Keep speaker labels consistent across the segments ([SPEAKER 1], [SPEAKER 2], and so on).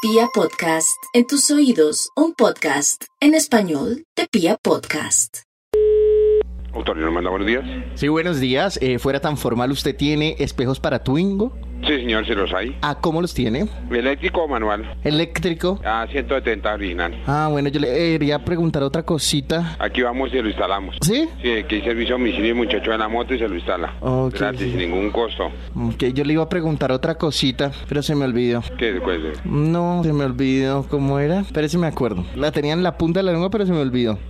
[SPEAKER 1] Pia Podcast, en tus oídos, un podcast en español de Pia Podcast.
[SPEAKER 2] Antonio, nos manda buenos días.
[SPEAKER 3] Sí, buenos días. Eh, fuera tan formal, ¿usted tiene espejos para Twingo?
[SPEAKER 2] Sí, señor, se los hay.
[SPEAKER 3] Ah, ¿cómo los tiene?
[SPEAKER 2] ¿Eléctrico o manual?
[SPEAKER 3] ¿Eléctrico?
[SPEAKER 2] A 170 original.
[SPEAKER 3] Ah, bueno, yo le quería preguntar otra cosita.
[SPEAKER 2] Aquí vamos y lo instalamos.
[SPEAKER 3] ¿Sí?
[SPEAKER 2] Sí, que hay servicio a domicilio y muchacho de la moto y se lo instala.
[SPEAKER 3] Ok.
[SPEAKER 2] Gratis, sin ningún costo.
[SPEAKER 3] Ok, yo le iba a preguntar otra cosita, pero se me olvidó.
[SPEAKER 2] ¿Qué después?
[SPEAKER 3] No, se me olvidó cómo era. Pero sí me acuerdo. La tenía en la punta de la lengua, pero se me olvidó.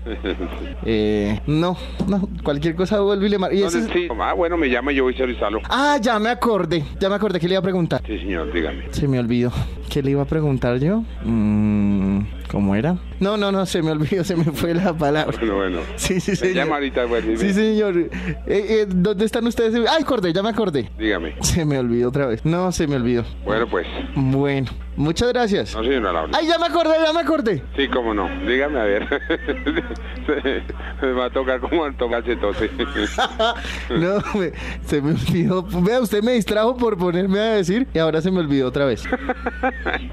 [SPEAKER 3] Eh, no, no, cualquier cosa vuelvo y le marco. Y ese es-
[SPEAKER 2] Sí. Ah, bueno, me llama y yo voy y se lo instalo.
[SPEAKER 3] Ah, ya me acordé. Ya me acordé que le iba a preguntar.
[SPEAKER 2] Sí, señor, dígame.
[SPEAKER 3] Se me olvidó. ¿Qué le iba a preguntar yo? Mm, ¿Cómo era? No, no, no, se me olvidó, se me fue la palabra.
[SPEAKER 2] Bueno, bueno.
[SPEAKER 3] Sí, sí,
[SPEAKER 2] Me
[SPEAKER 3] señor.
[SPEAKER 2] llama ahorita, pues, dime.
[SPEAKER 3] Sí, señor. Eh, eh, ¿Dónde están ustedes? Ay, acordé, ya me acordé.
[SPEAKER 2] Dígame.
[SPEAKER 3] Se me olvidó otra vez. No, se me olvidó.
[SPEAKER 2] Bueno, pues.
[SPEAKER 3] Bueno, muchas gracias.
[SPEAKER 2] No, señora Laura.
[SPEAKER 3] Ay, ya me acordé, ya me acordé.
[SPEAKER 2] Sí, cómo no. Dígame, a ver. Se- me va a tocar como al tocarse entonces.
[SPEAKER 3] no, me- se me olvidó. Vea, usted me distrajo por ponerme a decir y ahora se me olvidó otra vez.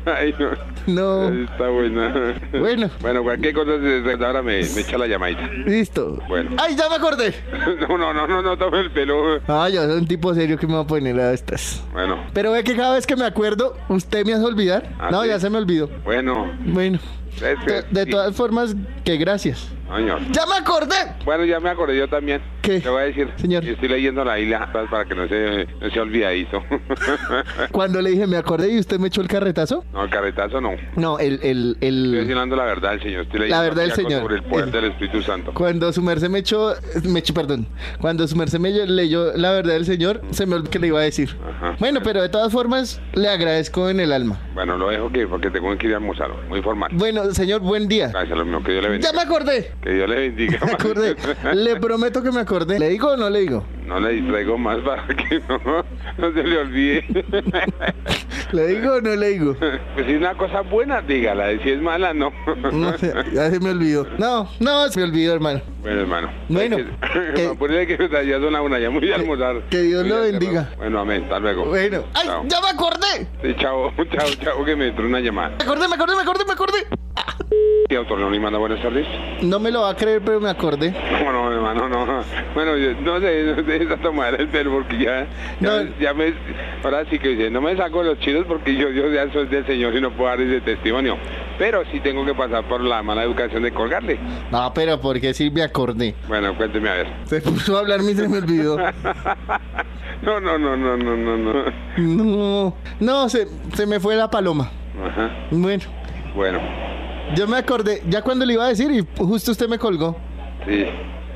[SPEAKER 2] Ay, no.
[SPEAKER 3] No.
[SPEAKER 2] Está buena.
[SPEAKER 3] Bueno.
[SPEAKER 2] Bueno, cualquier cosa, desde ahora me, me echa la llamadita.
[SPEAKER 3] Listo.
[SPEAKER 2] Bueno.
[SPEAKER 3] Ay, ya me acordé.
[SPEAKER 2] No, no, no, no, no tome el pelo.
[SPEAKER 3] Ah, yo soy un tipo serio que me va a poner a estas.
[SPEAKER 2] Bueno,
[SPEAKER 3] Pero ve que cada vez que me acuerdo, usted me hace olvidar.
[SPEAKER 2] Ah,
[SPEAKER 3] no,
[SPEAKER 2] sí.
[SPEAKER 3] ya se me olvidó.
[SPEAKER 2] bueno.
[SPEAKER 3] Bueno,
[SPEAKER 2] es que-
[SPEAKER 3] de, de
[SPEAKER 2] sí,
[SPEAKER 3] todas formas, que gracias.
[SPEAKER 2] señor.
[SPEAKER 3] ¡Ya me acordé!
[SPEAKER 2] Bueno, ya me acordé yo también.
[SPEAKER 3] ¿Qué?
[SPEAKER 2] Te voy a decir,
[SPEAKER 3] Señor.
[SPEAKER 2] yo estoy leyendo la isla pa- para que no se, no se olvidadito. ¿Eh?
[SPEAKER 3] Cuando le dije, me acordé y usted me echó el carretazo.
[SPEAKER 2] no, el carretazo no. Estoy
[SPEAKER 3] No, el. el, el...
[SPEAKER 2] mencionando la verdad del Señor. Estoy leyendo
[SPEAKER 3] verdad del
[SPEAKER 2] aquí algo
[SPEAKER 3] Señor.
[SPEAKER 2] Sobre el poder
[SPEAKER 3] El-
[SPEAKER 2] del Espíritu Santo.
[SPEAKER 3] Cuando su merced me echó, me echó- perdón, cuando su merced me leyó la verdad del Señor, se me olvidó que le iba a decir.
[SPEAKER 2] Ajá.
[SPEAKER 3] Bueno, pero de todas formas, le agradezco en el alma.
[SPEAKER 2] Bueno, lo dejo que porque tengo que ir a almorzar. Muy formal.
[SPEAKER 3] Bueno, señor, buen día.
[SPEAKER 2] Gracias, lo mismo. Que Dios le
[SPEAKER 3] ¡Ya
[SPEAKER 2] bendiga.
[SPEAKER 3] me acordé!
[SPEAKER 2] Que Dios le bendiga.
[SPEAKER 3] Me acordé. Le prometo que me acordé. ¿Le digo o no le digo?
[SPEAKER 2] No le distraigo más para que no, no se le olvide.
[SPEAKER 3] ¿Le digo o no le digo?
[SPEAKER 2] Pues si es una cosa buena, dígala. y Si es mala, no.
[SPEAKER 3] No sé, ya se me olvidó. No, no, se me olvidó, hermano.
[SPEAKER 2] Bueno, hermano.
[SPEAKER 3] Bueno, que-
[SPEAKER 2] Que, ponerle que ya son la una, ya muy almorzar.
[SPEAKER 3] que Dios lo
[SPEAKER 2] Muy bien,
[SPEAKER 3] bendiga.
[SPEAKER 2] hermano. Bueno, amén. Hasta luego.
[SPEAKER 3] Bueno, ¡ay,
[SPEAKER 2] Chao.
[SPEAKER 3] ya me acordé!
[SPEAKER 2] Sí, chao, chao, chao, que me entró una llamada.
[SPEAKER 3] Me acordé, me acordé, me acordé, me acordé.
[SPEAKER 2] ¿Qué autor no le manda buenas tardes?
[SPEAKER 3] No me lo va a creer, pero me acordé.
[SPEAKER 2] No, no, hermano, no. Bueno, yo- no sé, no sé, esa tomar el pelo porque ya, ya,
[SPEAKER 3] No.
[SPEAKER 2] ya me, ahora sí que dice, no me saco los chinos porque yo, yo ya soy del Señor y no puedo dar ese testimonio. Pero sí tengo que pasar por la mala educación de colgarle.
[SPEAKER 3] No, pero ¿por qué sí me acordé?
[SPEAKER 2] Bueno, cuénteme a ver.
[SPEAKER 3] Se puso a hablarme y se me olvidó.
[SPEAKER 2] No, no, no, no, no, no, no.
[SPEAKER 3] No, no, se, se me fue la paloma.
[SPEAKER 2] Ajá.
[SPEAKER 3] Bueno,
[SPEAKER 2] Bueno,
[SPEAKER 3] yo me acordé, ya cuando le iba a decir y justo usted me colgó.
[SPEAKER 2] sí.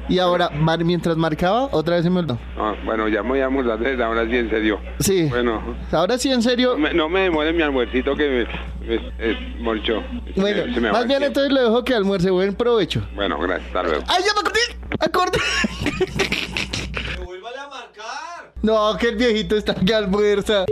[SPEAKER 3] Y ahora, mar- mientras marcaba, otra vez se me olvidó.
[SPEAKER 2] Ah, bueno, ya me llamo las tres, ahora sí en serio.
[SPEAKER 3] Sí.
[SPEAKER 2] Bueno,
[SPEAKER 3] Ahora sí, en serio.
[SPEAKER 2] no me- no me demore mi almuercito que me, me- eh, morchó. Se me-
[SPEAKER 3] Bueno,
[SPEAKER 2] se me va
[SPEAKER 3] más
[SPEAKER 2] el
[SPEAKER 3] bien
[SPEAKER 2] tiempo.
[SPEAKER 3] entonces le dejo que almuerce. Buen provecho.
[SPEAKER 2] Bueno, gracias, hasta luego.
[SPEAKER 3] ¡Ay, ya me acordé! ¡Me acordé! ¡Vuelvale a marcar! No, que el viejito está que almuerza.